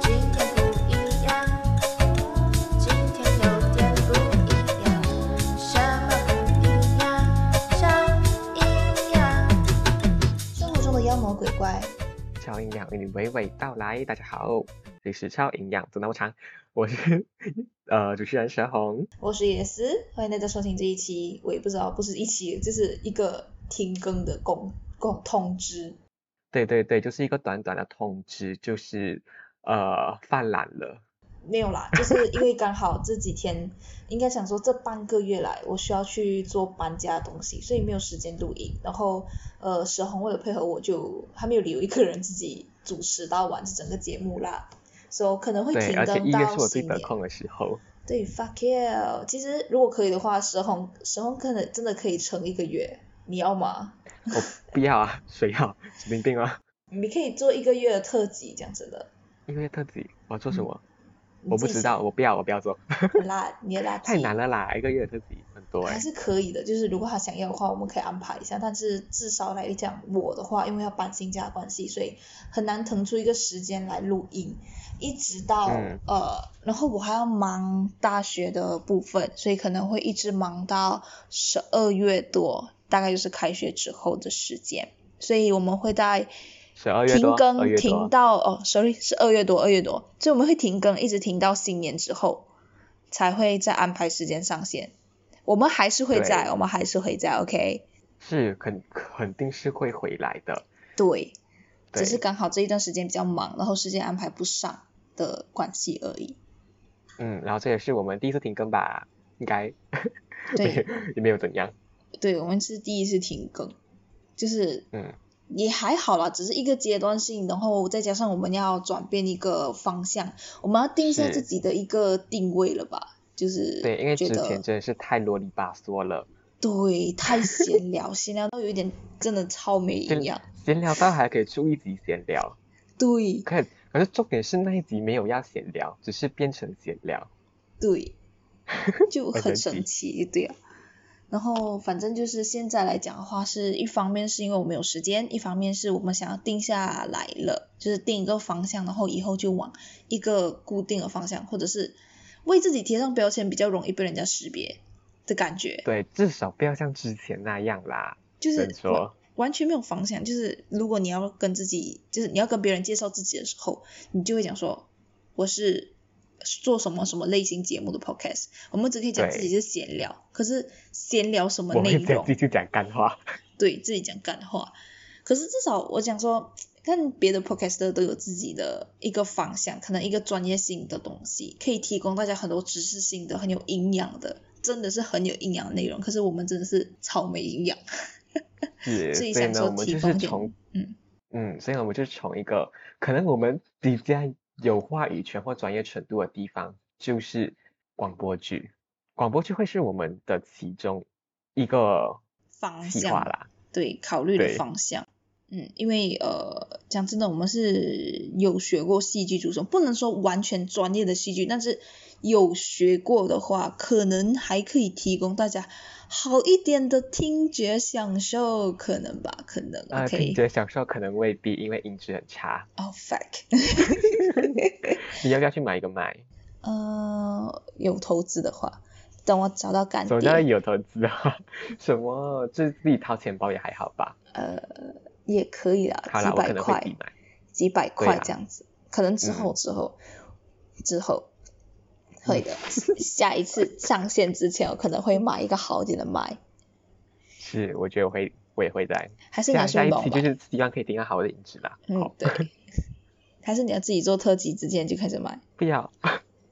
今天不一样，今天有点不一样，什么不一样？超一样。生活中的妖魔鬼怪，超营养与你娓娓道来。大家好，这里是超营养走那么长，我是 呃主持人佘红。我是野思，欢迎大家收听这一期。我也不知道，不是一期，就是一个停更的公公通知。对对对，就是一个短短的通知，就是呃犯懒了。没有 啦，就是因为刚好这几天，应该想说这半个月来，我需要去做搬家的东西，所以没有时间录音。然后，呃，石红为了配合我就，还没有留一个人自己主持到完这整个节目啦，所、以可能会停对，而且更一月是到我最新得年。空的时候。对，fuck you！其实如果可以的话，石红石红可能真的可以撑一个月，你要吗？不要啊， 谁要？神经病啊！你可以做一个月的特辑，这样子的。因为特辑我做什么？嗯你我不自己知道，我不要，我不要做，想，垃你的垃圾太难了啦！一个月的特辑很多哎、还是可以的，就是如果他想要的话，我们可以安排一下。但是至少来讲，我的话，因为要搬新家的关系，所以很难腾出一个时间来录音，一直到、嗯呃，然后我还要忙大学的部分，所以可能会一直忙到十二月多，大概就是开学之后的时间。所以我们会在哎十二月停多，二更月停多，到哦，sorry，是二月多，二月多，所以我们会停更，一直停到新年之后，才会再安排时间上线。我们还是会对在，我们还是会在，OK？是肯肯定是会回来的。对，对只是刚好这一段时间比较忙，然后时间安排不上的关系而 已。嗯，然后这也是我们第一次停更吧，应该对， 也没有怎样。对，我们是第一次停更，就是嗯，也还好啦，只是一个阶段性，然后再加上我们要转变一个方向，我们要定下自是己的一个定位了吧？就是对，因为觉之得前真的是太啰里吧嗦了，对，太闲聊，闲聊到有一点真的超没营养。闲聊到还可以出一集闲聊，对可可是重点是那一集没有要闲聊，只是变成闲聊。 对，就很很神神奇，对啊。然后反正就是现在来讲的话，是一方面是因为我们有时间，一方面是我们想要定下来了，就是定一个方向，然后以后就往一个固定的方向，或者是为自己贴上标签，比较容易被人家识别的感觉，对，至少不要像之前那样啦。就是能说完全没有方向，就是如果你要跟自己，就是你要跟别人介绍自己的时候，你就会讲说我是做什么什么类型节目的 podcast，我们只可以讲对自己是闲聊，可是闲聊什么我内会再容，继续讲 干话。对自己讲干话，可是至少我讲说，看别的 podcaster 都有自己的一个方向，可能一个专业性的东西，可以提供大家很多知识性的、很有营养的，真的是很有营养的内容，可是我们真的是草莓营养，自是，己所以想呢，说我们提就是供点从嗯嗯，所以呢，我们就是从一个可能我们比较有话语权或专业程度的地方，就是广播剧。广播剧会是我们的其中一个方计向划啦。对考虑的对方向。嗯，因为呃，讲真的，我们是有学过戏剧组成，不能说完全专业的戏剧，但是有学过的话，可能还可以提供大家好一点的听觉享受，可能吧，可能啊，听 OK。觉享受可能未必，因为音质很差。哦、fuck， 你要不要去买一个麦？呃，有投资的话，等我找到干总要爹，有投资啊， 什么就自己掏钱包也还好吧。呃，也可以啦，好呃几啦，我可百能会块。自己买。几百对块啊这样子，可能之后嗯之后、之后会的，嗯下一次上线之前我可能会买一个好一点的麦，是，我觉得我会，我也会在。还是你下要下先一懂期吧就？是希望可以听到好的音质啦。嗯好，，对， 还是你要自己做特辑之前就开始买不要。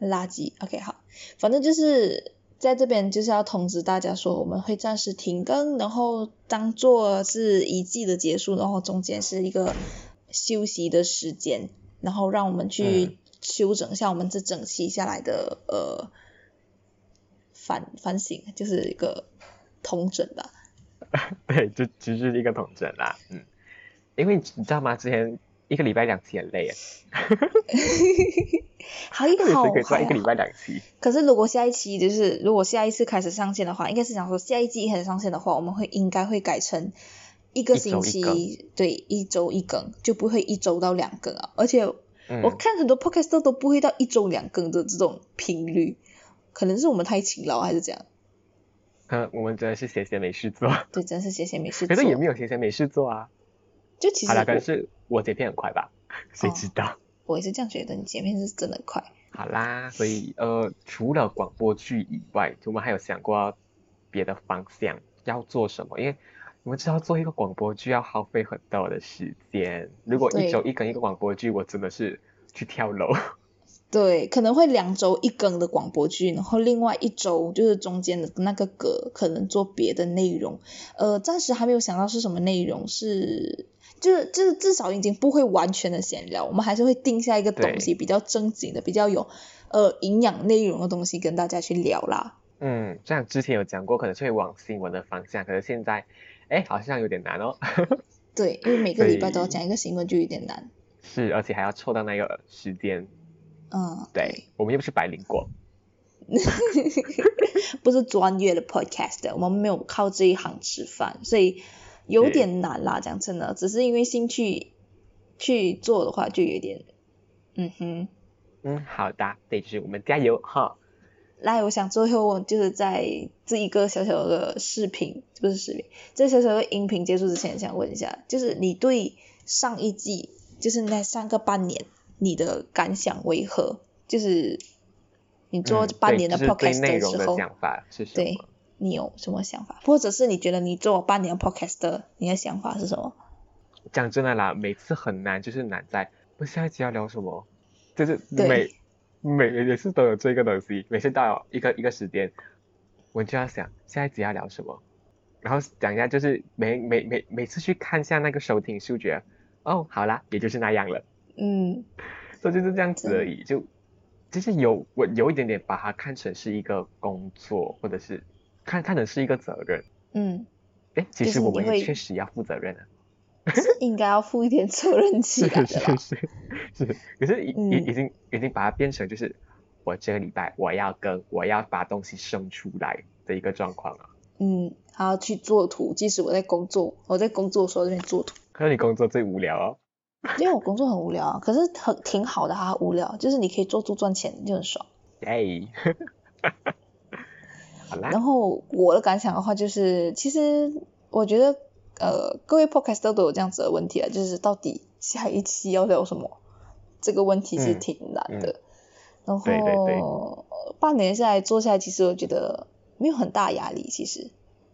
垃圾？OK，好，反正就是。在这边就是要通知大家说，我们会暂时停更，然后当做是一季的结束，然后中间是一个休息的时间，然后让我们嗯去修整一下我们这整期下来的呃反反省，就是一个统整吧。对，就只是一个统整啦，嗯，因为你知道吗？之前一个礼拜两期很累耶，还特别好是可以做还一个礼好，拜两期，可是如果下一期就是如果下一次开始上线的话，应该是想说下一季开始上线的话，我们会应该会改成。一个一星周一期更对一周一更，就不会一周到两更啊。而且嗯我看很多 podcast 都不会到一周两更的这种频率，可能是我们太勤劳还是怎样？可能我们真的是闲闲没事做，对，真是闲闲没事可做。是也没有闲闲没事做啊。就其实好啦，可能我是我剪片很快吧，谁哦知道？我也是这样觉得，你剪片是真的很快。好啦，所以呃，除了广播剧以外，我们还有想过别的方向要做什么？因为你们知道做一个广播剧要耗费很多的时间，如果一对周一更一个广播剧，我真的是去跳楼。 对，可能会两周一更的广播剧，然后另外一周就是中间的那个隔，可能做别的内容。呃，暂时还没有想到是什么内容，是就是就是至少已经不会完全的闲聊，我们还是会定下一个东西比较正经的、比较有呃营养内容的东西跟大家去聊啦。嗯，这样之前有讲过，可能是会往新闻的方向，可是现在，哎，好像有点难哦。 对，因为每个礼拜对都要讲一个新闻就有点难。是，而且还要凑到那个时间。嗯，对，我们又不是白领过。 不是专业的 podcast，我们没有靠这一行吃饭，所以有点难啦。讲真的，只是因为兴趣去做的话，就有点，嗯哼。嗯，好的，对，就是我们加油哈。来，我想最后我就是在这一个小小的视频，不是视频，这小小的音频结束之前，想问一下，就是你对上一季，就是那上个半年，你的感想为何？就是你做嗯半对年的就是对 podcast 内容时的候，想法是什对么？你有什么想法，或者是你觉得你做半年 podcaster，你的想法是什么？讲真的啦，每次很难，就是难在我下一集要聊什么，就是对每每每次都有这个东西，每次到一个一个时间，我就要想下一集要聊什么，然后讲一下，就是每每每每次去看一下那个收听数据，哦，好啦，也就是那样了，嗯，这就是这样子真而已，就就是有我有一点点把它看成是一个工作，或者是看看成是一个责任，嗯，哎，其就是实我你们会也确实要负责任啊。嗯是应该要负一点责任起 是来的是啦。是是，可是已已嗯已经已经把它变成就是我这个礼拜我要跟我要把东西生出来的一个状况啊。嗯，还要去做图，即使我在工作，我在工作的时候在那边做图，可是你工作最无聊哦。因为我工作很无聊啊，可是很挺好的哈、无聊就是你可以做图赚钱就很爽。耶，好啦，然后我的感想的话，就是其实我觉得呃，各位 podcast 都有这样子的问题啊，就是到底下一期要聊什么这个问题其实嗯挺难的。然后对对对呃半年下来做下来，其实我觉得没有很大压力，其实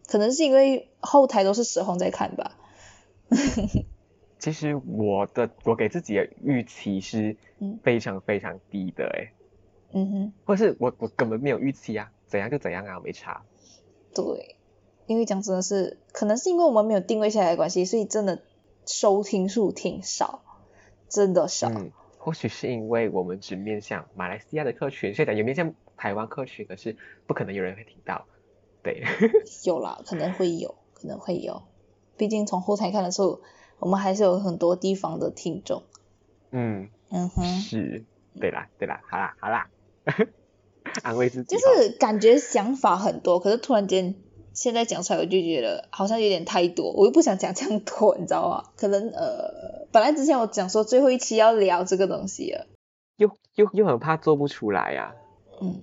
可能是因为后台都是时红在看吧。 其实我的我给自己的预期是嗯非常非常低的诶，嗯哼，或是我我根本没有预期啊，怎样就怎样啊，没差。对，因为讲真的是，可能是因为我们没有定位下来的关系，所以真的收听数挺少，真的少。嗯，或许是因为我们只面向马来西亚的客群，虽然也面向台湾客群，可是不可能有人会听到。对， 有啦，可能会有，可能会有。毕竟从后台看的时候，我们还是有很多地方的听众。嗯，嗯哼，是，对啦，对啦，好啦，好啦， 安慰自己哦就吧。是感觉想法很多，可是突然间现在讲出来，我就觉得好像有点太多，我又不想讲这样多，你知道吗？可能呃，本来之前我讲说最后一期要聊这个东西了，又又又很怕做不出来啊呀、嗯，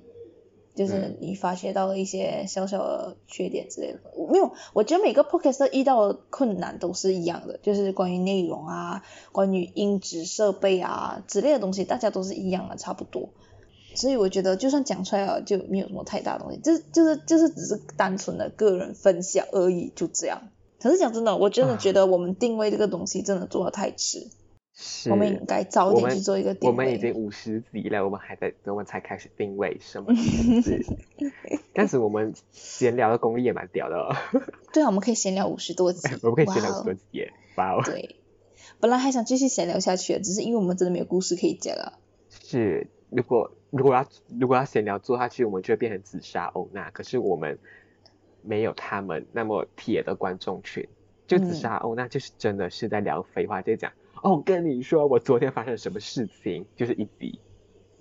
就是嗯你发现到一些小小的缺点之类的，我没有，我觉得每个 podcast 遇到的困难都是一样的，就是关于内容啊，关于音质设备啊之类的东西，大家都是一样的，差不多。所以我觉得，就算讲出来了，就没有什么太大的东西，就是就是就是只是单纯的个人分享而已，就这样。可是讲真的，我真的啊觉得我们定位这个东西真的做的太迟，是，我们应该早一嗯我点们去做一个定位。我们已经五十集了，我们还在，我们才开始定位，什么 意思？但是我们闲聊的功力也蛮屌的、哦，，对啊，我们可以闲聊五十多集 我们可以闲聊哇哦很多集耶，哇哦！对，本来还想继续闲聊下去的，只是因为我们真的没有故事可以讲啊。是，如果如果要如果要闲聊做下去，我们就会变成紫砂欧娜。可是我们没有他们那么铁的观众群，就嗯紫砂欧娜就是真的是在聊废话，就讲哦，我跟你说我昨天发生了什么事情，就是一集。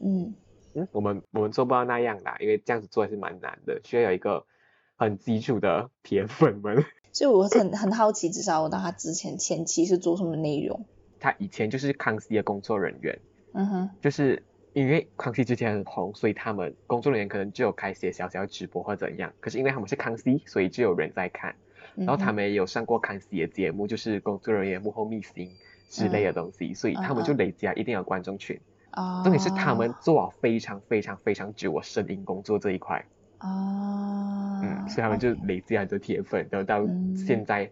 嗯，嗯，我们我们做不到那样啦，因为这样子做也是蛮难的，需要有一个很基础的铁粉们。 所以我很很好奇，至少我到他之前前期是做什么内容。他以前就是康熙的工作人员，嗯哼，就是因为康熙之前很红，所以他们工作人员可能就有开一些小小的直播或怎样。可是因为他们是康熙，所以就有人在看。然然后他们也有上过康熙的节目，就是工作人员幕后秘辛之类的东西，所以他们就嗯嗯累积了一定有观众群。啊，重点是他们做了非常非常非常久我声音工作这一块，啊，嗯，所以他们就累积了很多铁粉，然后到嗯现在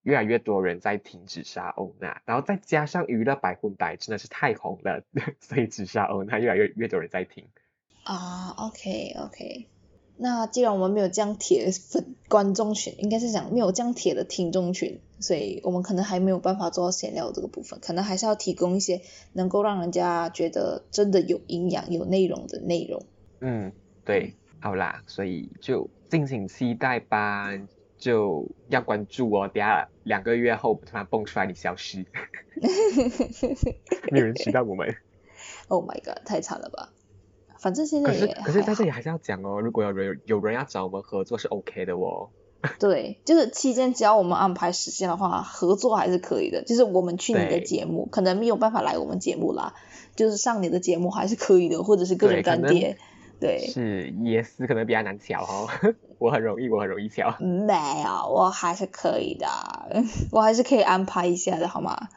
越来越多人在听紫砂欧娜，然后再加上娱乐百分百真的是太红了， 所以紫砂欧娜越来越越多人在听。啊，OK OK，那既然我们没有这样铁的粉观众群，应该是讲没有这样铁的听众群，所以我们可能还没有办法做到闲聊这个部分，可能还是要提供一些能够让人家觉得真的有营养、有内容的内容。 嗯，对，好啦，所以就敬请期待吧，就要关注哦。等下两个月后突然蹦出来你消失， 没有人知道我 们。 Oh my god，太惨了吧！反正现可在是也可是还在这好里还是要讲哦，如果有人有人要找我们合作是 OK 的哦。对，就是期间只要我们安排时间的话，合作还是可以的。就是我们去你的对节目，可能没有办法来我们节目啦，就是上你的节目还是可以的，或者是各种对可干能爹，对。是也是可能比较难瞧哦， 我很容易，我很容易瞧。没有，我还是可以的，我还是可以安排一下的，好吗？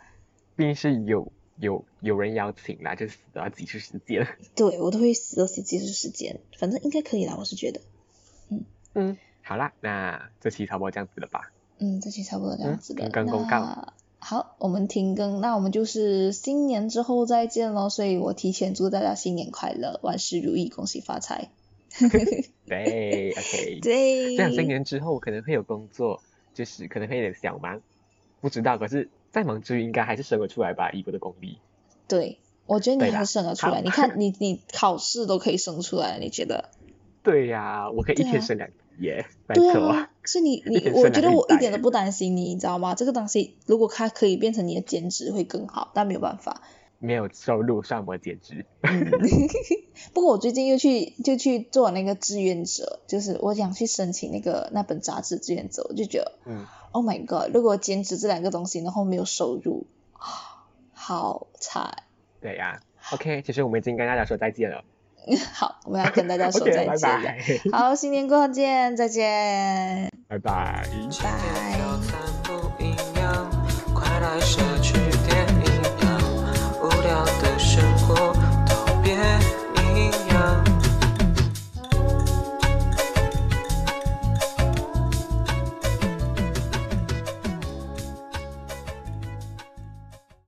毕竟是有有有人邀请啦，就死都要挤出时间。对，我都会死到死结束时间，反正应该可以啦，我是觉得，嗯，好啦，那这期差不多这样子了吧？嗯，这期差不多这样子的。嗯停更公告那好，我们停更，那我们就是新年之后再见喽。所以我提前祝大家新年快乐，万事如意，恭喜发财。对，OK。对，这样三年之后可能会有工作，就是可能会有点小忙，不知道。可是，在忙之余应该还是生活出来吧，以我的功力。对，我觉得你对还啦是生得出来。好你看，你你考试都可以生出来，你觉得？对呀、我可以一对啊天生两耶，拜对托。啊，所以你 一你，点我生觉得来一我一代点都不担心你，你知道吗？这个东西如果它可以变成你的兼职会更好，但没有办法。没有收入算我简直。嗯不过我最近又去就去做那个志愿者，就是我想去申请那个那本杂志志愿者，我就觉得嗯， ，Oh my god！如果兼职这两个东西，然后没有收入，好惨。 对呀、OK，其实我们已经跟大家说再见了。好，我们要跟大家说 OK，再拜见了。拜，好，新年过后见，再见，拜拜。拜。 Bye.